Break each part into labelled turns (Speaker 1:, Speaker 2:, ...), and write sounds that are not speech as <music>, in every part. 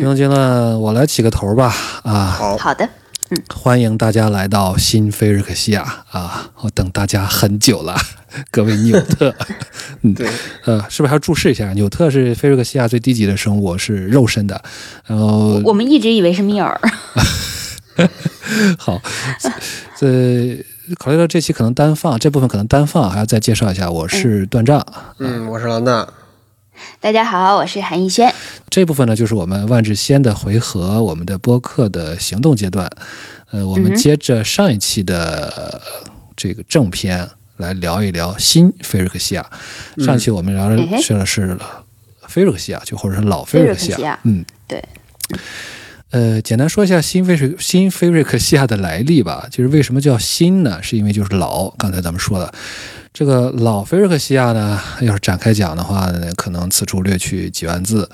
Speaker 1: 平行阶段，我来起个头吧啊！
Speaker 2: 好，
Speaker 3: 好的，
Speaker 1: 欢迎大家来到新菲日克西亚啊！我等大家很久了， <laughs> 各位纽特，
Speaker 2: 对，
Speaker 1: 呃，是不是还要注释一下？纽特是菲日克西亚最低级的生物，是肉身的。然后
Speaker 3: 我们一直以为是密尔， <laughs>
Speaker 1: 好，这考虑到这期可能单放，这部分可能单放，还要再介绍一下，我是段丈。
Speaker 2: 嗯，我是老衲，
Speaker 3: 大家好，我是韩逸轩。
Speaker 1: 这部分呢，就是我们万智仙的回合，我们的播客的行动阶段。
Speaker 3: 嗯
Speaker 1: 呃，我们接着上一期的、呃这个正片来聊一聊新菲瑞克西亚。上一期我们聊
Speaker 3: 嗯嘿
Speaker 1: 的
Speaker 3: 嘿
Speaker 1: 是了是菲瑞克西亚，就或者是老菲瑞克西
Speaker 3: 菲瑞克西
Speaker 1: 亚
Speaker 3: 亚。
Speaker 1: 嗯，
Speaker 3: 对。
Speaker 1: 呃，简单说一下新菲瑞新菲瑞克西亚的来历吧，就是为什么叫新呢？是因为就是老，刚才咱们说的，这个老菲瑞克西亚呢，要是展开讲的话呢，可能此处略去几万字。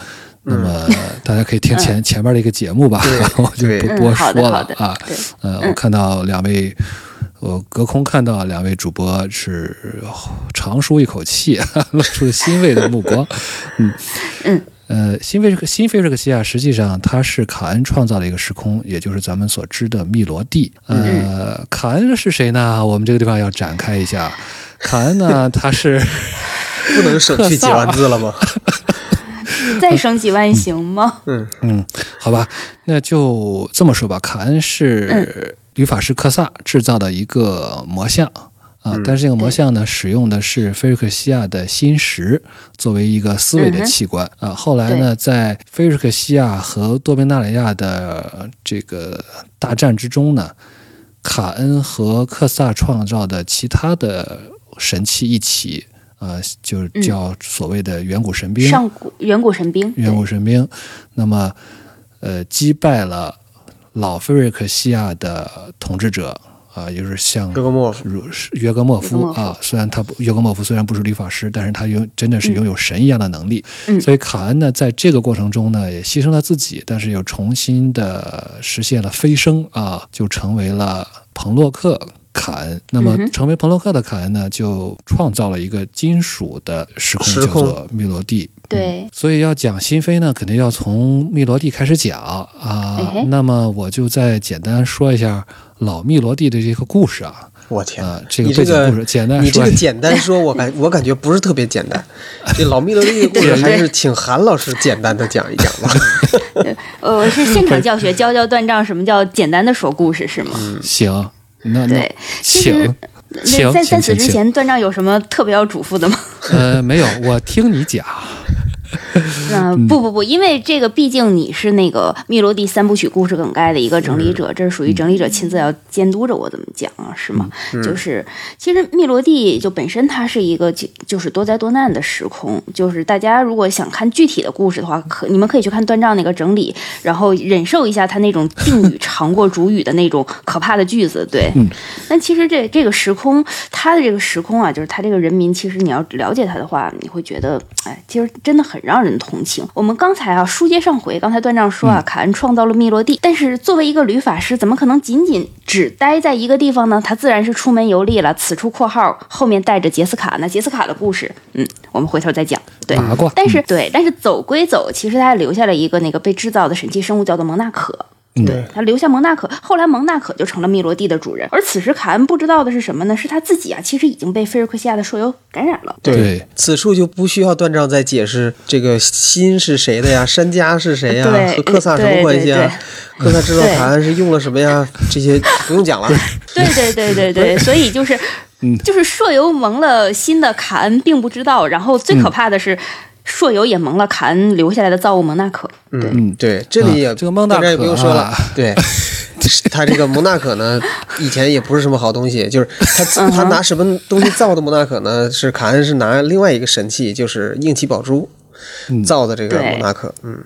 Speaker 1: 那么大家可以听
Speaker 3: <laughs>
Speaker 1: 前、前面的一个节目吧，
Speaker 2: 对
Speaker 1: <laughs> 我就
Speaker 2: 对
Speaker 1: 不
Speaker 3: 嗯
Speaker 1: 多
Speaker 3: 好
Speaker 1: 说
Speaker 3: 的
Speaker 1: 了
Speaker 3: 好的
Speaker 1: 啊。
Speaker 3: 对，
Speaker 1: 呃，我看到两位，我隔空看到两位主播是呃长舒一口气， <laughs> 露出了欣慰的目光。嗯
Speaker 3: 嗯。
Speaker 1: 呃，新菲新菲瑞克西亚实际上它是卡恩创造的一个时空，也就是咱们所知的密罗地。呃，卡恩是谁呢？我们这个地方要展开一下。卡恩呢，他是
Speaker 2: 不能省去几万字了吗？
Speaker 3: 再升几万行吗？
Speaker 2: 嗯，
Speaker 1: 嗯，好吧，那就这么说吧。卡恩是旅法师科萨制造的一个魔像啊，但是这个魔像呢，使用的是菲瑞克西亚的心石作为一个思维的器官、啊。后来呢，在菲瑞克西亚和多明纳里亚的这个大战之中呢，卡恩和克萨创造的其他的神器一起。呃，就是叫所谓的远古神兵，
Speaker 3: 上古远古神兵，
Speaker 1: 远古神兵，那么呃击败了老菲瑞克西亚的统治者啊、也就是像
Speaker 2: 这个莫夫，
Speaker 1: 如是约格莫夫
Speaker 3: 约格莫夫
Speaker 1: 啊，虽然他不约格莫夫虽然不是理发师，但是他拥真的是拥有神一样的能力。
Speaker 3: 嗯
Speaker 1: 所以卡恩呢，在这个过程中呢，也牺牲了自己，但是又重新的实现了飞升啊，就成为了彭洛克。卡恩，那么
Speaker 3: 嗯哼
Speaker 1: 成为彭洛克的卡恩呢，就创造了一个金属的时空，
Speaker 2: 时
Speaker 1: 叫
Speaker 2: 空
Speaker 1: 做密罗蒂。
Speaker 3: 对，
Speaker 1: 所以要讲新飞呢，肯定要从密罗地开始讲啊、
Speaker 3: 嗯哼
Speaker 1: 那么我就再简单说一下老密罗地的这个故事啊，
Speaker 2: 我天，
Speaker 1: 啊、这个
Speaker 2: 你
Speaker 1: 背
Speaker 2: 这
Speaker 1: 景
Speaker 2: 个
Speaker 1: 故事，简单
Speaker 2: 你这
Speaker 1: 说啊
Speaker 2: 个
Speaker 1: 一下。
Speaker 2: 简单说，我 <laughs> 感我感觉不是特别简单。这老密罗利的故事
Speaker 3: 对对
Speaker 2: 还是请韩老师简单的讲一讲吧。
Speaker 3: 呃，我是现场教学，教教段丈什么叫简单的说故事是吗？
Speaker 1: 嗯行，那那
Speaker 3: 对，其
Speaker 1: 请
Speaker 3: 实。
Speaker 1: 请
Speaker 3: 那在在
Speaker 1: 请
Speaker 3: 此
Speaker 1: 请
Speaker 3: 之前，段丈有什么特别要嘱咐的吗？
Speaker 1: 呃，没有，我听你讲，
Speaker 3: 嗯，不不不，因为这个毕竟你是那个密罗第三部曲故事梗概的一个整理者，这是属于整理者亲自要监督着我怎么讲啊，是吗？就是其实密罗第就本身它是一个就就是多灾多难的时空，就是大家如果想看具体的故事的话，可你们可以去看断章那个整理，然后忍受一下它那种定语 <laughs> 长过主语的那种可怕的句子。对，那其实这这个时空，它的这个时空啊，就是它这个人民，其实你要了解他的话，你会觉得，哎，其实真的很让人同情。我们刚才啊，书接上回，刚才段丈说啊，卡恩创造了密罗地，但是作为一个旅法师，怎么可能仅仅只待在一个地方呢？他自然是出门游历了。此处括号后面带着杰斯卡，那杰斯卡的故事，嗯，我们回头再讲。 <laughs> 对，
Speaker 1: 八卦
Speaker 3: 但是对，但是走归走，其实他还留下了一个那个被制造的神奇生物，叫做蒙纳可。
Speaker 2: 嗯
Speaker 3: 对他留下蒙纳可，后来蒙纳可就成了密罗地的主人。而此时卡恩不知道的是什么呢？是他自己啊，其实已经被菲瑞克西亚的兽油感染了。
Speaker 1: 对
Speaker 2: 此处就不需要断章再解释这个心是谁 <laughs> 的呀，山家是谁呀，
Speaker 3: 对
Speaker 2: 和科萨什么关系啊？科萨制造
Speaker 3: 对
Speaker 2: 卡恩是用了什么呀？这些不用讲了。
Speaker 3: 对对对对对，所
Speaker 2: <laughs>
Speaker 3: 以就是，
Speaker 2: 嗯
Speaker 3: 就是朔游蒙了新的卡恩，并不知道。然后
Speaker 2: 嗯
Speaker 3: 最可怕的是，朔游也蒙了卡恩留下来的造物蒙纳可。对，
Speaker 2: 嗯，对，这里也、
Speaker 1: 啊这个蒙纳
Speaker 2: 大家也不用说了，
Speaker 1: 可啊
Speaker 2: <laughs> 对。他这个蒙纳可呢，以前也不是什么好东西，就是 <laughs> 他他拿什么东西造的蒙纳可呢？是卡恩是拿另外一个神器，就是硬气宝珠造的这个
Speaker 3: 对
Speaker 2: 蒙纳可，嗯，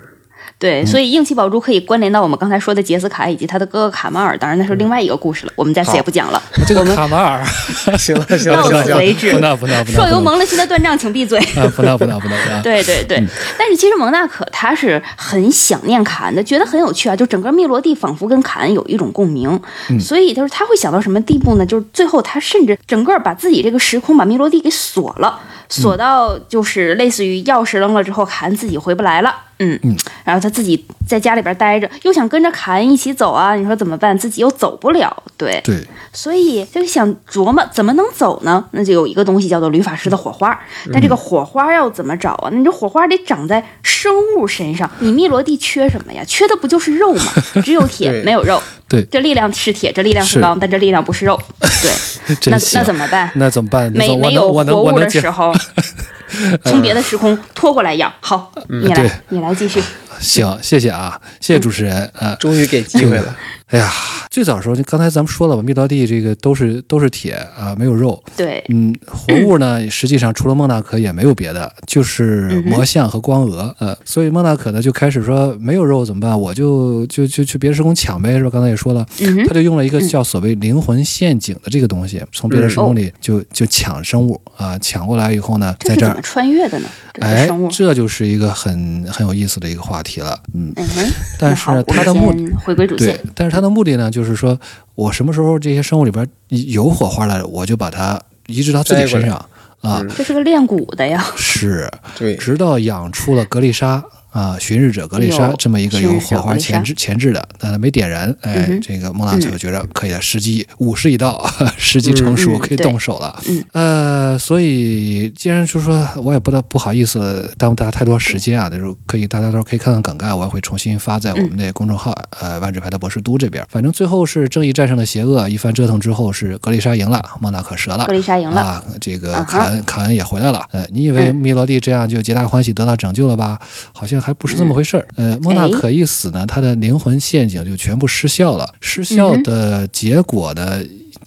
Speaker 3: 对，所以硬气宝珠可以关联到我们刚才说的杰斯卡以及他的哥哥卡马尔，当然那是另外一个故事了，我们在此也
Speaker 2: <laughs>
Speaker 3: 不讲了。
Speaker 1: 这个卡马尔，
Speaker 2: <laughs> 行了行了
Speaker 3: 到
Speaker 2: 行了，
Speaker 3: 此
Speaker 2: 行了
Speaker 3: 为止
Speaker 1: 不。闹不闹不闹，
Speaker 3: 朔游
Speaker 1: 不闹
Speaker 3: 蒙了新的断章，请闭嘴。
Speaker 1: 啊，不闹不闹不闹啊，
Speaker 3: <laughs> 对对对，但是其实蒙纳可他是很想念卡恩的，觉得很有趣啊，就整个密罗地仿佛跟卡恩有一种共鸣，所以就是他会想到什么地步呢？就是最后他甚至整个把自己这个时空把密罗地给锁了，锁到就是类似于钥匙扔了之后，卡恩自己回不来了。嗯嗯，然后他自己在家里边待着，又想跟着卡恩一起走啊，你说怎么办？自己又走不了，对
Speaker 1: 对，
Speaker 3: 所以就是想琢磨怎么能走呢？那就有一个东西叫做旅法师的火花，但这
Speaker 1: 嗯
Speaker 3: 个火花要怎么找啊？你这火花得长在生物身上，你密罗地缺什么呀？缺的不就是
Speaker 1: <laughs>
Speaker 3: 肉吗？只有铁没有肉，
Speaker 1: 对，
Speaker 3: 这力量是铁，这力量是钢，
Speaker 1: 是
Speaker 3: 但这力量不是肉，
Speaker 1: <laughs>
Speaker 3: 对，那那怎么办？
Speaker 1: 那怎么办？
Speaker 3: 没
Speaker 1: 我能
Speaker 3: 没有
Speaker 1: 我能
Speaker 3: 活
Speaker 1: 我
Speaker 3: 物
Speaker 1: 能
Speaker 3: 的
Speaker 1: 解
Speaker 3: 时候， <laughs>
Speaker 1: <laughs>
Speaker 3: 从别的时空拖过来养。好，你
Speaker 1: 嗯对
Speaker 3: 来，你来继续。
Speaker 1: 行，谢谢啊，谢谢主持人啊。
Speaker 2: <laughs> 终于给机会了。
Speaker 1: 哎呀，最早的时候，就刚才咱们说了吧，密刀地这个都是都是铁啊，没有肉。
Speaker 3: 对，
Speaker 1: 嗯，活物呢，实际上除了孟纳可也没有别的，
Speaker 3: 嗯
Speaker 1: 就是魔像和光娥。呃，所以孟纳可呢就开始说，没有肉怎么办？我就就就去别的时空抢呗，是吧？刚才也说了，
Speaker 3: 嗯哼
Speaker 1: 他就用了一个叫所谓灵魂陷阱的这个东西，从别的时空里就就抢生物啊，抢过来以后呢，
Speaker 3: 嗯这
Speaker 1: 在
Speaker 3: 是
Speaker 1: 这
Speaker 3: 怎么
Speaker 1: 儿。
Speaker 3: 穿越的呢？这个
Speaker 1: 哎
Speaker 3: 生物，，
Speaker 1: 这就是一个很很有意思的一个话题了，嗯，
Speaker 3: 嗯哼。
Speaker 1: 但是
Speaker 3: 那
Speaker 1: 呢
Speaker 3: 好，
Speaker 1: 它的
Speaker 3: 我
Speaker 1: 目
Speaker 3: 们先回归主
Speaker 1: 对
Speaker 3: 线，，
Speaker 1: 但是它的目的呢，就是说我什么时候这些生物里边有火花了，我就把它移植到自己身上啊，
Speaker 3: 这是个练蛊的呀。
Speaker 1: 是，
Speaker 2: 对，
Speaker 1: 直到养出了格丽莎啊，寻日者格丽莎
Speaker 3: 有
Speaker 1: 这么一个有
Speaker 3: 寻日者
Speaker 1: 火花
Speaker 3: 格丽莎
Speaker 1: 前置前置的，但它没点燃，哎，
Speaker 3: 嗯哼
Speaker 1: 这个莫纳就觉得可以了，时机五十已到， <laughs> 时机成熟，
Speaker 3: 嗯嗯
Speaker 1: 可以
Speaker 3: 对
Speaker 1: 动手了。
Speaker 3: 嗯
Speaker 1: 呃，所以既然就说我也不大不好意思耽误大家太多时间啊，就是可以大家都可以看看梗概，我也会重新发在我们的公众号、呃万智牌的博士都这边。反正最后是正义战胜了邪恶，一番折腾之后是格丽莎赢了，莫纳可折了
Speaker 3: 格。丽莎赢了，
Speaker 1: 啊，这个
Speaker 3: 啊哈
Speaker 1: 卡恩卡恩也回来了。呃，你以为
Speaker 3: 嗯
Speaker 1: 米罗蒂这样就皆大欢喜得到拯救了吧？好像还不是这么回事儿。
Speaker 3: 嗯
Speaker 1: 呃，莫
Speaker 3: 哎
Speaker 1: 纳可一死呢，他的灵魂陷阱就全部失效了。
Speaker 3: 嗯
Speaker 1: 失效的结果呢？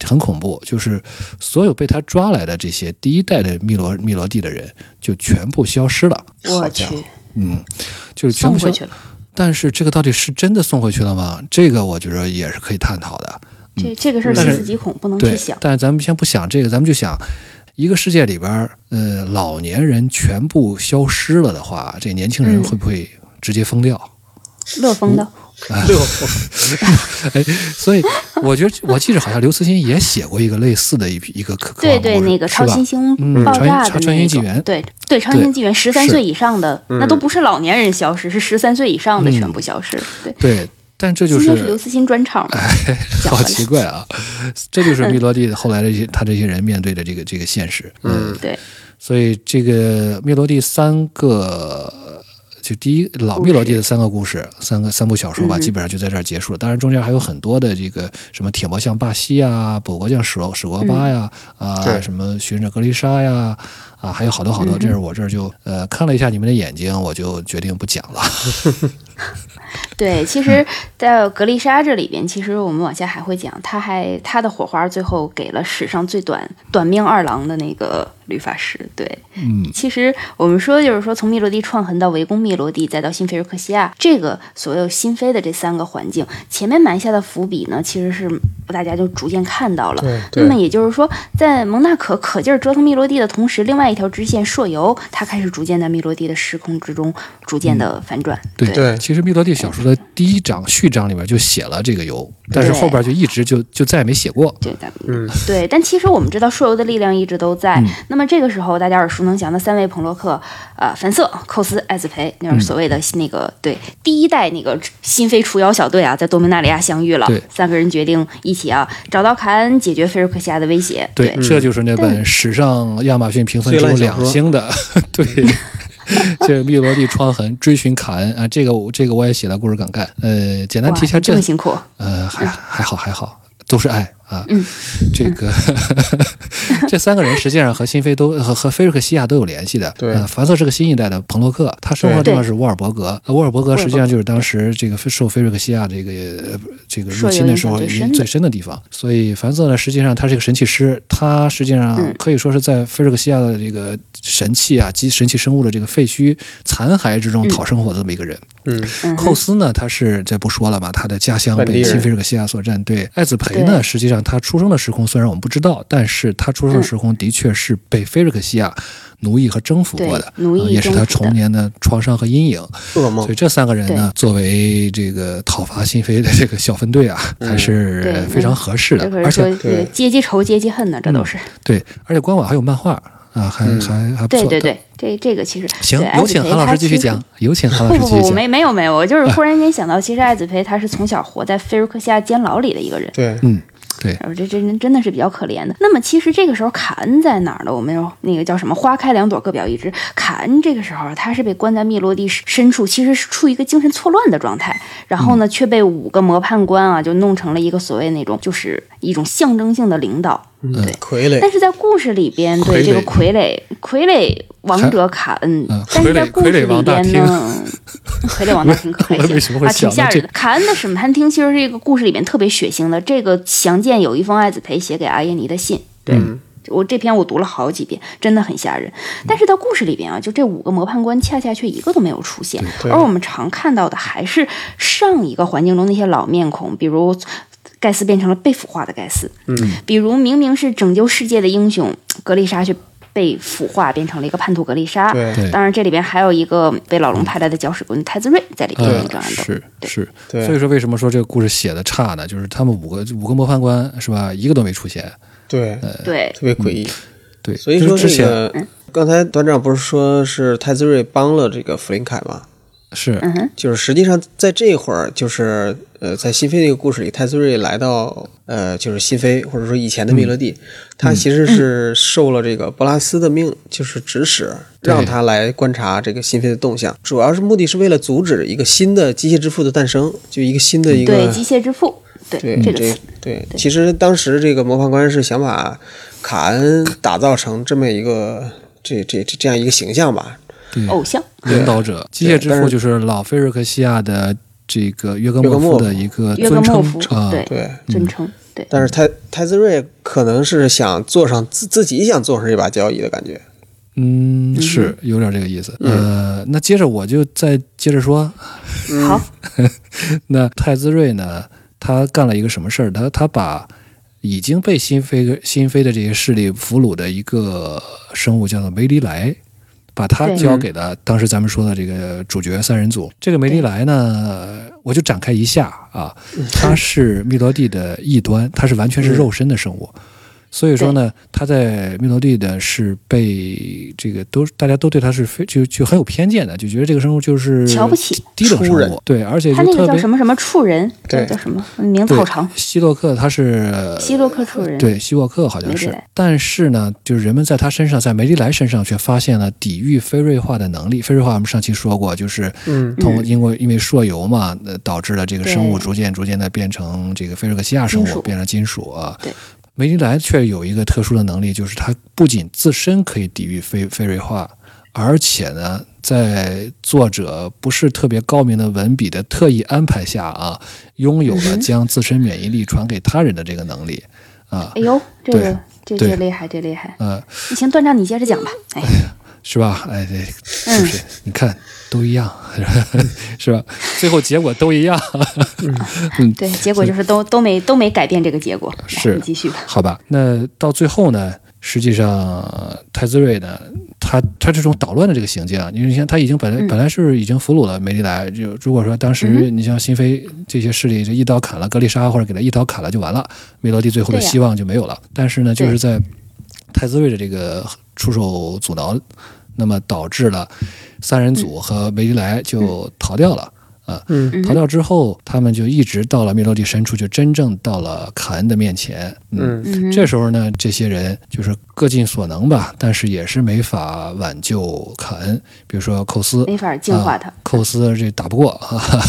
Speaker 1: 很恐怖，就是所有被他抓来的这些第一代的密罗密罗蒂的人，就全部消失了。
Speaker 3: 我
Speaker 1: 好家伙
Speaker 3: 去，
Speaker 1: 嗯，就是全
Speaker 3: 送
Speaker 1: 部消
Speaker 3: 回去了。
Speaker 1: 但是这个到底是真的送回去了吗？这个我觉得也是可以探讨的。
Speaker 3: 这这个事儿
Speaker 1: 但是
Speaker 3: 细思极恐，不能
Speaker 1: 嗯对
Speaker 3: 去，想。
Speaker 1: 但是咱们先不想这个，咱们就想一个世界里边儿，呃，老年人全部消失了的话，这年轻人
Speaker 3: 嗯
Speaker 1: 会不会直接疯掉？
Speaker 3: 乐疯的，
Speaker 1: 嗯
Speaker 2: 六，
Speaker 1: 哎，
Speaker 3: <laughs>
Speaker 1: 所以我觉得，我记得好像刘慈欣也写过一个类似的一一个科科
Speaker 3: 对
Speaker 1: 幻
Speaker 3: 对，
Speaker 1: 故事
Speaker 3: 那个
Speaker 1: 是吧
Speaker 3: 超新星
Speaker 1: 嗯
Speaker 3: 爆炸
Speaker 1: 穿
Speaker 3: 的
Speaker 1: 穿穿
Speaker 3: 那
Speaker 1: 越纪元
Speaker 3: 种，对对，超新星纪元十三
Speaker 1: 是
Speaker 3: 岁以上的
Speaker 1: 嗯
Speaker 3: 那都不是老年人消失，是十三岁以上的全部消失。对，
Speaker 1: 对，但嗯这就
Speaker 3: 今天是刘
Speaker 1: 是。哎
Speaker 3: 慈欣专场嘛，讲
Speaker 1: 好
Speaker 3: 完了
Speaker 1: 奇怪啊，这
Speaker 3: 嗯
Speaker 1: 就是密罗蒂后来这些他这些人面对的这个这个现实，嗯，
Speaker 3: 对，
Speaker 1: 所以这个密罗蒂三个，呃就第一老密罗蒂的三个故事，三个三部小说吧，
Speaker 3: 嗯
Speaker 1: 基本上就在这儿结束了。当然中间还有很多的这个什么铁魔像巴西啊，跛国将史罗史国巴呀，啊、
Speaker 2: 嗯对嗯
Speaker 1: 什么寻者格丽莎呀，啊，还有好多好多。这是我这儿就呃看了一下你们的眼睛，我就决定不讲了。
Speaker 3: 对，其实，在格丽莎这里边，其实我们往下还会讲，她还她的火花最后给了史上最短短命二郎的那个律法师。对，
Speaker 1: 嗯，
Speaker 3: 其实我们说就是说，从密罗地创痕到围攻密罗地，再到新菲尔克西亚，这个所有新菲的这三个环境，前面埋下的伏笔呢，其实是大家就逐渐看到了。
Speaker 2: 对
Speaker 3: 那
Speaker 2: 对
Speaker 3: 么也就是说，在蒙纳可可劲儿折腾密罗地的同时，另外一条支线朔游，它开始逐渐在密罗地的时空之中逐渐的反转。
Speaker 1: 对
Speaker 2: 对
Speaker 1: 其实密罗蒂小说的第一章序章里边就写了这个油，但是后边就一直就就再也没写过。
Speaker 3: 对的，嗯，对。但其实我们知道朔游的力量一直都
Speaker 1: 嗯
Speaker 3: 在。那么这个时候，大家耳熟能详的三位彭洛克，呃，凡瑟、寇斯、艾兹培，
Speaker 1: 嗯
Speaker 3: 那是所谓的那个、对第一代那个新飞除妖小队啊，在多明纳里亚相遇了
Speaker 1: 对。
Speaker 3: 三个人决定一起啊，找到凯恩，解决菲尔克西亚的威胁。
Speaker 1: 对，
Speaker 3: 对，
Speaker 1: 这就是那
Speaker 3: 嗯
Speaker 1: 本史上亚马逊评分只有两星的， <laughs> 对，这是密罗蒂创痕追寻卡恩啊，这个我这个我也写在故事梗概，呃，简单
Speaker 3: 哇
Speaker 1: 提一下
Speaker 3: 你这
Speaker 1: 这
Speaker 3: 么，辛苦，
Speaker 1: 呃，还还好还好，都是爱啊，
Speaker 3: 嗯
Speaker 1: 这个 <laughs> 这三个人实际上和新菲都和和菲瑞克西亚都有联系的，
Speaker 2: 对
Speaker 1: 呃，凡瑟是个新一代的彭洛克，他生活的地方是沃尔伯格，呃沃尔伯格实际上就是当时这个受菲瑞克西亚这个呃这个入侵的时候
Speaker 3: 受影
Speaker 1: 影
Speaker 3: 响最深的
Speaker 1: 最深的地方。所以凡瑟呢，实际上他是个神器师，他实际上
Speaker 3: 嗯
Speaker 1: 可以说是在菲瑞克西亚的这个神器啊及神器生物的这个废墟残骸之中讨生活的这么一个人。
Speaker 2: 嗯，
Speaker 3: 嗯哼，
Speaker 1: 寇斯呢，他是这不说了嘛，他的家乡
Speaker 2: 本地
Speaker 1: 被
Speaker 2: 人
Speaker 1: 新菲尔克西亚所占。对，艾子培呢，
Speaker 3: 对
Speaker 1: 实际上他出生的时空虽然我们不知道，但是他出生的
Speaker 3: 嗯
Speaker 1: 时空的确是被菲尔克西亚奴役和征服过的，
Speaker 3: 对奴役
Speaker 1: 呃也是
Speaker 3: 征
Speaker 1: 他
Speaker 3: 服的
Speaker 1: 童年的创伤和阴影。
Speaker 2: 噩
Speaker 1: 所以
Speaker 2: 梦，
Speaker 1: 这三个人呢，作为这个讨伐新菲的这个小分队啊，还
Speaker 3: 对
Speaker 1: 是
Speaker 3: 嗯
Speaker 1: 非常合适的
Speaker 3: 这。可
Speaker 1: 而
Speaker 3: 是说
Speaker 1: 且嗯
Speaker 3: 这个阶级仇、阶级恨呢，这都是。
Speaker 1: 对，而且官网还有漫画。啊，还还还不
Speaker 3: 对
Speaker 1: 错。
Speaker 3: 嗯对对，这这个其实
Speaker 1: 行
Speaker 3: 对，
Speaker 1: 有请韩老师继续。
Speaker 3: 艾
Speaker 1: 讲
Speaker 3: 子，
Speaker 1: 有请韩
Speaker 3: 培
Speaker 1: 老
Speaker 3: 他
Speaker 1: 师
Speaker 3: 其实
Speaker 1: 继
Speaker 3: 不
Speaker 1: 续
Speaker 3: 不不，
Speaker 1: 讲。嗯
Speaker 3: 没没有没有，我就是忽然间想到，其实艾子培他是从小活在菲尔克西亚监牢里的一个人，
Speaker 2: 对，
Speaker 1: 嗯，对，
Speaker 3: 然后这这人真的是比较可怜的。那么其实这个时候卡恩在哪儿呢？我们有那个叫什么“花开两朵，各表一枝”。卡恩这个时候他是被关在密罗地深处，其实是处于一个精神错乱的状态，然后呢却被五个模判官啊就弄成了一个所谓那种就是一种象征性的领导。
Speaker 2: 嗯傀儡
Speaker 3: 但是在故事里边，对
Speaker 1: 傀儡
Speaker 3: 这个傀儡傀儡王者卡恩
Speaker 1: 嗯，
Speaker 3: 但是在
Speaker 1: 傀儡
Speaker 3: 故事里边
Speaker 1: 傀儡王
Speaker 3: 呢， <laughs> 傀儡王大厅
Speaker 1: <laughs>
Speaker 3: 可
Speaker 1: 我为什么会
Speaker 3: 啊，挺
Speaker 1: 想到
Speaker 3: 吓
Speaker 1: 这
Speaker 3: 人的。卡恩的审判厅其实是一个故事里边特别血腥的，这个详见有一封爱子培写给阿耶尼的信。对、
Speaker 1: 嗯
Speaker 3: 我这篇我读了好几遍，真的很吓人。但是到故事里边啊，就这五个模判官恰恰却一个都没有出现，
Speaker 2: 对
Speaker 3: 而我们常看到的还是上一个环境中那些老面孔，比如盖斯变成了被腐化的盖斯，嗯，比如明明是拯救世界的英雄格丽莎却。被腐化变成了一个叛徒格丽莎，
Speaker 2: 对
Speaker 1: 对
Speaker 3: 当然这里边还有一个被老龙派来的搅屎棍泰兹瑞在里边有一
Speaker 1: 呃，
Speaker 3: 个案斗，
Speaker 1: 是是，
Speaker 2: 对
Speaker 1: 所以说为什么说这个故事写的差呢？就是他们五个五个模范官是吧，一个都没出现。
Speaker 2: 对，
Speaker 3: 对，
Speaker 2: 特别诡异。
Speaker 1: 对，
Speaker 2: 所以
Speaker 1: 就是
Speaker 2: 说
Speaker 1: 之
Speaker 2: 这
Speaker 1: 前
Speaker 2: 个，刚才团长不是说是泰兹瑞帮了这个弗林凯吗？
Speaker 1: 是
Speaker 3: 嗯
Speaker 2: 就是实际上在这一会儿，就是呃，在新飞那个故事里，泰兹瑞来到呃，就是新飞或者说以前的密勒蒂，
Speaker 3: 嗯
Speaker 2: 他其实是受了这个波拉斯的命，就是指使
Speaker 1: 对
Speaker 2: 让他来观察这个新飞的动向，主要是目的是为了阻止一个新的机械之父的诞生，就一个新的一
Speaker 3: 对
Speaker 2: 个
Speaker 3: 机械之父，对
Speaker 2: 对
Speaker 3: 这个词，
Speaker 2: 对，其实当时这个模范官是想把卡恩打造成这么一个这这这这样一个形象吧，
Speaker 3: 偶像，
Speaker 1: 领导者，机械之
Speaker 2: 但
Speaker 1: 父
Speaker 2: 是
Speaker 1: 就是老菲瑞克西亚的这个约格
Speaker 2: 约格
Speaker 1: 莫
Speaker 2: 莫
Speaker 1: 夫
Speaker 2: 夫
Speaker 1: 的一个
Speaker 3: 约格
Speaker 1: 尊
Speaker 3: 莫
Speaker 1: 称
Speaker 3: 夫
Speaker 1: 啊，，
Speaker 2: 对。
Speaker 3: 尊称，对，
Speaker 2: 但是泰泰兹瑞可能是想坐上自自己想坐上这把交椅的感觉，
Speaker 1: 嗯，是有点这个意思。
Speaker 2: 嗯
Speaker 1: 呃，那接着我就再接着说，嗯
Speaker 3: 好，
Speaker 1: 那泰兹瑞呢，他干了一个什么事儿？他他把已经被新飞新飞的这些势力俘虏的一个生物叫做梅利莱，把他
Speaker 3: 对
Speaker 1: 交给了当时咱们说的这个主角三人组。这个梅利莱呢，我就展开一下啊，
Speaker 3: 嗯
Speaker 1: <laughs> 他是密罗蒂的异端，他是完全是肉身的生物。所以说呢，他在密罗蒂的是被这个都大家都对他是非就就很有偏见的，就觉得这个生物就是
Speaker 3: 瞧不起
Speaker 1: 低等生
Speaker 2: 粗人
Speaker 1: 物，对，而且
Speaker 3: 他
Speaker 1: 就
Speaker 3: 那
Speaker 1: 特
Speaker 3: 个叫
Speaker 1: 别
Speaker 3: 什么什么处人，
Speaker 2: 对
Speaker 3: 叫什么名字
Speaker 1: 对
Speaker 3: 好长，
Speaker 1: 希洛克他是呃
Speaker 3: 希洛克处人，
Speaker 1: 对希洛克好像
Speaker 3: 梅利
Speaker 1: 是
Speaker 3: 莱，
Speaker 1: 但是呢，就是人们在他身上，在梅利莱身上却发现了抵御非瑞化的能力。非瑞化我们上期说过，就是
Speaker 2: 嗯
Speaker 1: 通过因为因为朔游嘛，呃导致了这个生物
Speaker 3: 嗯对
Speaker 1: 逐渐逐渐的变成这个菲瑞克西亚生
Speaker 3: 金
Speaker 1: 物，
Speaker 3: 属
Speaker 1: 变成金属啊。
Speaker 3: 对
Speaker 1: 梅利莱却有一个特殊的能力，就是它不仅自身可以抵御非非瑞化，而且呢，在作者不是特别高明的文笔的特意安排下啊，拥有了将自身免疫力传给他人的这个能力啊
Speaker 3: 哎，呦，这个这
Speaker 1: 对
Speaker 3: 这厉害，这厉害，
Speaker 1: 呃，
Speaker 3: 行，段长你接着讲吧，哎，
Speaker 1: 是吧？哎，这 <laughs> 是不是？你看都一样， <laughs> 是吧？最后结果都一样，
Speaker 3: 嗯对，结果就是都都没都没改变这个结果，来
Speaker 1: 是
Speaker 3: 你继续吧，
Speaker 1: 好吧？那到最后呢，实际上呃泰兹瑞呢，他他这种捣乱的这个行径啊，因为你看他已经本来、本来是已经俘虏了梅利莱，就如果说当时你像新飞这些势力就一刀砍了格丽莎，或者给他一刀砍了就完了，梅罗蒂最后的
Speaker 3: 对呀
Speaker 1: 希望就没有了。但是呢，就
Speaker 3: 对
Speaker 1: 是在泰兹瑞的这个出手阻挠，那么导致了三人组和梅利莱就逃掉了。啊，
Speaker 2: 嗯
Speaker 1: 逃掉之后，他们就一直到了密罗蒂深处，就真正到了卡恩的面前。嗯，
Speaker 2: 嗯，
Speaker 3: 嗯
Speaker 1: 这时候呢，这些人就是各尽所能吧，但是也是没法挽救卡恩。比如说寇斯，
Speaker 3: 没法哎净化他嗯
Speaker 1: 啊，寇斯这打不过，哈哈，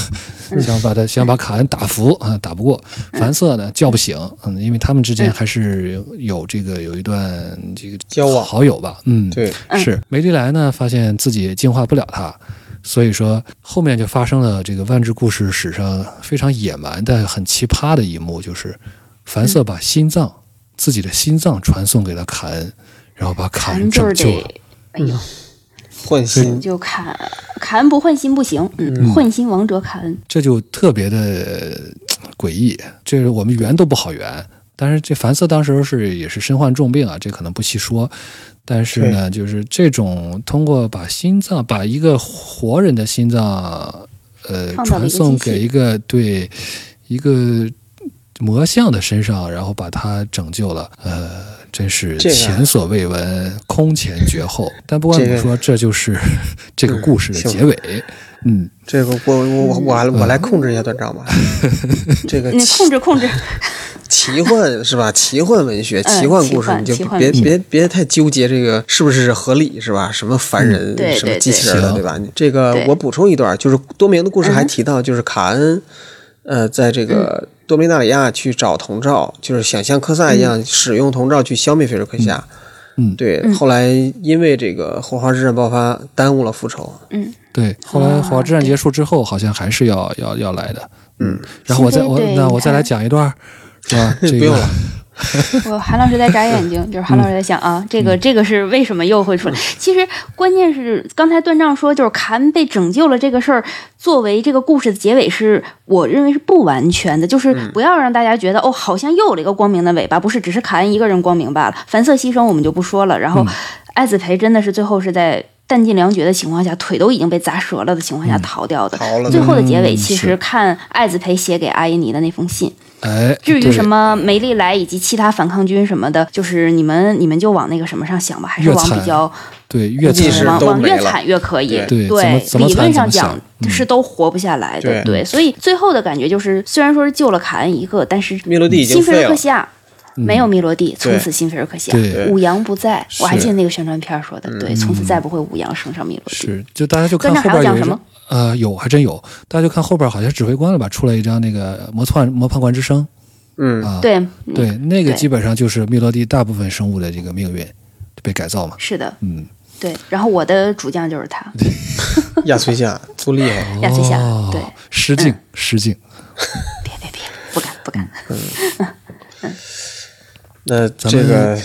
Speaker 1: 想把他想把卡恩打服啊，打不过。凡瑟呢叫不醒，嗯，因为他们之间还是有有这个有一段这个
Speaker 2: 交往
Speaker 1: 好友吧，嗯，
Speaker 2: 对，
Speaker 1: 是梅丽莱呢，发现自己净化不了他，所以说后面就发生了这个万智故事史上非常野蛮但很奇葩的一幕，就是凡
Speaker 3: 嗯
Speaker 1: 瑟把心脏、自己的心脏传送给了卡恩，然后把卡
Speaker 3: 砍
Speaker 1: 恩
Speaker 3: 就
Speaker 1: 拯
Speaker 3: 是
Speaker 1: 救了。
Speaker 3: 得，哎呦，
Speaker 2: 换心
Speaker 3: 就砍砍恩不换心不行，嗯，换心王者砍恩，
Speaker 1: 这就特别的呃诡异，这是我们圆都不好圆。但是这凡瑟当时候是也是身患重病啊，这可能不细说。但是呢，就是这种通过把心脏，把一个活人的心脏，呃，
Speaker 3: 放到了
Speaker 1: 传
Speaker 3: 一个
Speaker 1: 送给
Speaker 3: 机器
Speaker 1: 一个对一个魔像的身上，然后把他拯救了，呃，真是
Speaker 2: 这个
Speaker 1: 前所未闻，空前绝后。但不管怎么说，这就是 <laughs> 这个故事的结尾。嗯，
Speaker 2: 这个我我我我还我来控制一下段章 <laughs> 吧。这个
Speaker 3: 你控
Speaker 2: 奇
Speaker 3: 制控制，
Speaker 2: 奇幻是吧？ <laughs> 奇幻文学、
Speaker 3: 嗯
Speaker 2: 奇幻故事，
Speaker 3: 奇幻
Speaker 2: 你就
Speaker 3: 奇幻
Speaker 2: 别
Speaker 3: 文学
Speaker 2: 别别太纠结这个是不是合理是吧？什么凡人
Speaker 3: 嗯对、
Speaker 2: 什么
Speaker 3: 对
Speaker 2: 机器人
Speaker 1: 对
Speaker 2: 的对吧？你这个
Speaker 3: 对嗯
Speaker 2: 我补充一段，就是多明的故事还提到，就是卡恩，呃，在这个多明纳里亚去找铜罩，就是想像科萨一样
Speaker 3: 嗯
Speaker 2: 使用铜罩去消灭菲瑞克夏。
Speaker 1: 嗯
Speaker 2: 对，后来因为这个火花之战爆发，耽误了复仇。
Speaker 1: 对。后来
Speaker 3: 啊
Speaker 1: 火之战结束之后，好像还是要要要来的。嗯，然后我
Speaker 3: 幸
Speaker 1: 再
Speaker 3: 亏
Speaker 1: 我
Speaker 3: 对
Speaker 1: 那
Speaker 3: 你
Speaker 1: 我再
Speaker 3: 看
Speaker 1: 来讲一段儿，是
Speaker 2: <laughs>
Speaker 1: 吧？这个
Speaker 2: 不用了，
Speaker 3: 我韩老师在眨眼睛，就是韩老师在想啊，这个这个是为什么又会出来？其实关键是刚才段丈说，就是卡恩被拯救了这个事儿，作为这个故事的结尾是，我认为是不完全的，就是不要让大家觉得、哦，好像又有了一个光明的尾巴，不是只是卡恩一个人光明罢了。凡瑟牺牲我们就不说了，然后艾子培真的是最后是在弹尽粮绝的情况下，腿都已经被砸折了的情况下逃掉的。
Speaker 2: 逃了
Speaker 3: 最后的结尾
Speaker 1: 嗯
Speaker 3: 其
Speaker 1: 是
Speaker 3: 实看艾子培写给阿依尼的那封信，
Speaker 1: 哎，
Speaker 3: 至于
Speaker 1: 对
Speaker 3: 什么梅利莱以及其他反抗军什么的，就是你们你们就往那个什么上想吧，还是
Speaker 1: 越
Speaker 3: 往
Speaker 1: 惨
Speaker 3: 比较呃
Speaker 1: 对越
Speaker 2: 计
Speaker 1: 惨
Speaker 2: 是
Speaker 3: 往
Speaker 2: 都
Speaker 3: 往
Speaker 2: 没
Speaker 3: 越
Speaker 2: 了
Speaker 3: 惨越可以。
Speaker 1: 对怎么怎么
Speaker 3: 理
Speaker 1: 惨怎么
Speaker 3: 论上讲
Speaker 1: 想嗯
Speaker 3: 是都活不下来
Speaker 2: 对
Speaker 3: 的。对，所以最后的感觉就是，虽然说是救了卡恩一个，但是
Speaker 2: 密罗蒂已经
Speaker 3: 新菲
Speaker 2: 废
Speaker 3: 尔
Speaker 2: 了
Speaker 3: 克西亚。没有密罗蒂，从
Speaker 2: 对
Speaker 3: 此新菲尔克西亚
Speaker 1: 嗯对
Speaker 3: 五羊不在。我还
Speaker 1: 是嗯
Speaker 3: 记得那个宣传片说的，对，从此再不会五羊升上密罗蒂。
Speaker 1: 是，就大家就看
Speaker 3: 段
Speaker 1: 后
Speaker 3: 长
Speaker 1: 边
Speaker 3: 还要
Speaker 1: 有一
Speaker 3: 讲
Speaker 1: 张
Speaker 3: 什么，
Speaker 1: 呃，有还真有，大家就看后边好像指挥官了吧，出来一张那个魔幻魔判官之声
Speaker 2: 嗯，
Speaker 1: 啊，
Speaker 3: 对，嗯
Speaker 1: 对，那个
Speaker 3: 对
Speaker 1: 基本上就是密罗蒂大部分生物的这个命运被改造嘛，
Speaker 3: 是的，
Speaker 1: 嗯，
Speaker 3: 对。然后我的主将就是他，
Speaker 2: 亚
Speaker 1: <laughs>
Speaker 2: 崔夏多厉害，
Speaker 3: 亚崔夏
Speaker 1: 哦，
Speaker 3: 啊对，嗯
Speaker 1: 失敬失敬，
Speaker 3: 别别别，不敢不敢。
Speaker 2: 那这
Speaker 1: 咱
Speaker 2: 个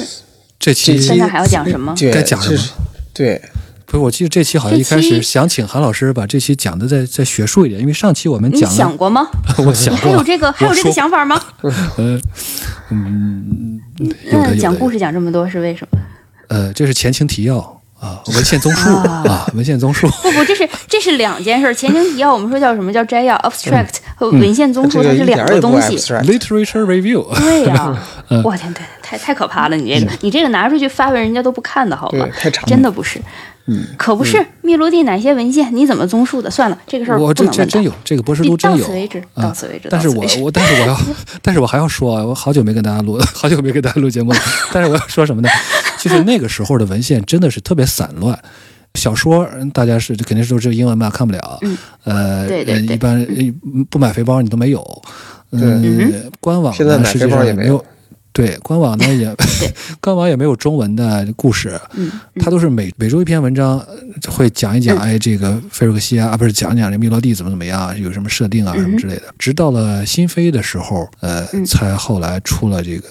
Speaker 1: 这期
Speaker 2: 这
Speaker 3: 段
Speaker 2: 期
Speaker 3: 长还要讲什么？
Speaker 2: 对
Speaker 1: 该讲什么
Speaker 2: 这是对，
Speaker 1: 不是，我记得这期好像
Speaker 3: 这
Speaker 1: 一开始
Speaker 3: 期
Speaker 1: 想请韩老师把这期讲的再再学术一点，因为上期我们
Speaker 3: 你
Speaker 1: 讲
Speaker 3: 想
Speaker 1: 了，
Speaker 3: 过吗？
Speaker 1: <laughs> 我想
Speaker 3: 还
Speaker 1: 过
Speaker 3: 有
Speaker 1: 了，
Speaker 3: 这个，还有这个
Speaker 1: 说
Speaker 3: 想法吗？
Speaker 1: 呃，嗯，有的
Speaker 3: 那
Speaker 1: 有
Speaker 3: 讲
Speaker 1: 的
Speaker 3: 故事讲这么多是为什么？
Speaker 1: 呃，这是前情提要啊，文献综述
Speaker 3: 啊
Speaker 1: 啊，文献综
Speaker 3: <laughs>
Speaker 1: 述。
Speaker 3: 不不，这是这是两件事儿。前情提要我们说叫什么叫摘要 abstract
Speaker 1: 嗯
Speaker 3: 和文献综述，
Speaker 2: 嗯这
Speaker 3: 它
Speaker 2: 个
Speaker 3: 是
Speaker 2: 一点
Speaker 3: 两
Speaker 2: 儿也
Speaker 3: 个
Speaker 2: 不
Speaker 3: 东西。
Speaker 2: abstract。
Speaker 1: Literature Review，
Speaker 3: 对呀、
Speaker 1: <laughs> 嗯
Speaker 3: 我天，对，太太可怕了！你这个，你这个拿出去发文，人家都不看的好吧
Speaker 2: 对？太长了
Speaker 3: 真的不是，嗯，可不是。密罗蒂哪些文献你怎么综述的？算了，这个事儿
Speaker 1: 我
Speaker 3: 不
Speaker 1: 这
Speaker 3: 能
Speaker 1: 这
Speaker 3: 问
Speaker 1: 真
Speaker 3: 他。
Speaker 1: 有这个博士都真
Speaker 3: 你
Speaker 1: 有
Speaker 3: 到此为止，
Speaker 1: 啊
Speaker 3: 到此为止
Speaker 1: 但是我
Speaker 3: 到此为止
Speaker 1: 我但是我要，
Speaker 3: <laughs>
Speaker 1: 但是我还要说啊，我好久没跟大家录， <laughs> 好久没跟大家录节目了。但是我要说什么呢？就是那个时候的文献真的是特别散乱。小说嗯大家是肯定是都是英文嘛，看不了。呃，
Speaker 3: 嗯对对
Speaker 1: 人
Speaker 3: 对嗯
Speaker 1: 一般呃不买肥包你都没有。嗯，官网
Speaker 2: 现在
Speaker 1: 呢
Speaker 2: 买
Speaker 1: 实
Speaker 2: 肥
Speaker 1: 际
Speaker 2: 包
Speaker 1: 上
Speaker 2: 也
Speaker 1: 也
Speaker 2: 没
Speaker 1: 没
Speaker 2: 有
Speaker 1: 有。对，官网呢也， <laughs> 官网也没有中文的故事，它都是每每周一篇文章，呃会讲一讲，
Speaker 3: 嗯
Speaker 1: 哎，这个菲洛克西啊，啊不是讲讲这密罗蒂怎么怎么样，有什么设定啊
Speaker 3: 嗯
Speaker 1: 什么之类的。直到了新飞的时候，呃，才后来出了这个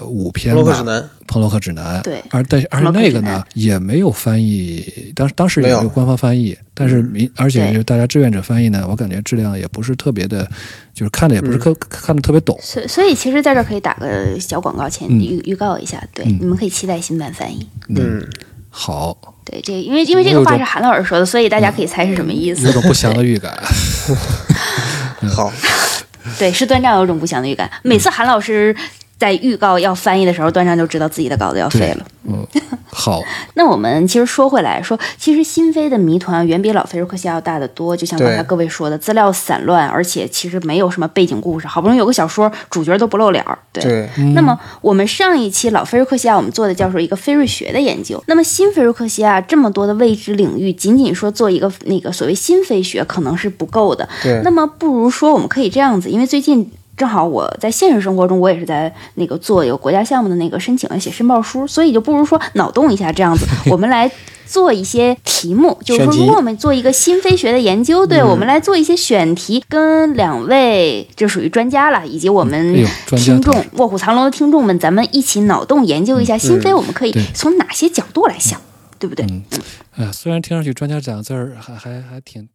Speaker 1: 呃五篇
Speaker 2: 洛克指
Speaker 1: 吧。
Speaker 2: 南，
Speaker 1: 彭洛克指南，
Speaker 3: 对
Speaker 1: 而但而且
Speaker 3: 彭洛克
Speaker 1: 那个
Speaker 3: 指
Speaker 1: 呢
Speaker 3: 南
Speaker 1: 也没有翻译，当当时也
Speaker 2: 没
Speaker 1: 没
Speaker 2: 有
Speaker 1: 有官方翻译，但是民而且
Speaker 3: 嗯对
Speaker 1: 就是大家志愿者翻译呢，我感觉质量也不是特别的，就是看的也不
Speaker 3: 嗯
Speaker 1: 是特、看的特别懂，
Speaker 3: 所所以，其实在这儿可以打个小广告前
Speaker 1: 嗯
Speaker 3: 预预告一下，对，你们可以期待新版翻译。
Speaker 2: 嗯，
Speaker 1: 好，
Speaker 3: 对，这因为因为这个话是韩老师说的，所以大家可以猜是什么意
Speaker 1: 有
Speaker 3: 思
Speaker 1: 种。不祥的预感。
Speaker 2: 嗯好，
Speaker 3: <laughs> 对，是端章有种不祥的预感。每次韩老师在预告要翻译的时候，端章就知道自己的稿子要 <laughs> 废
Speaker 1: 对
Speaker 3: 了。，
Speaker 1: <laughs> 嗯，好，
Speaker 3: 那我们其实说回来说，其实新飞的谜团远比老菲瑞克西亚要大得多。就像刚才
Speaker 2: 对
Speaker 3: 各位说的，资料散乱，而且其实没有什么背景故事，好不容易有个小说，主角都不露脸儿。对。
Speaker 2: 对，
Speaker 3: 那么我们上一期老菲瑞克西亚，我们做的叫做一个菲瑞学的研究。那么新菲瑞克西亚这么多的未知领域，仅仅说做一个那个所谓新菲学可能是不够的。
Speaker 2: 对
Speaker 3: 那么不如说我们可以这样子，因为最近。正好我在现实生活中，我也是在那个做有国家项目的那个申请写申报书，所以就不如说脑洞一下这样
Speaker 1: <laughs>
Speaker 3: 子，我们来做一些题目，就是
Speaker 2: 选
Speaker 3: 说
Speaker 2: 题
Speaker 3: 如果我们做一个新飞学的研究，对、
Speaker 1: 嗯
Speaker 3: 我们来做一些选题，跟两位就属于专家了，以及我们
Speaker 1: 哎呦专家
Speaker 3: 听众
Speaker 1: 团
Speaker 3: 《卧虎藏龙》的听众们，咱们一起脑洞研究一下新飞，我们可以
Speaker 1: 嗯对
Speaker 3: 从哪些角度来想，对不对？
Speaker 1: 呃，虽然听上去专家讲字儿还还还挺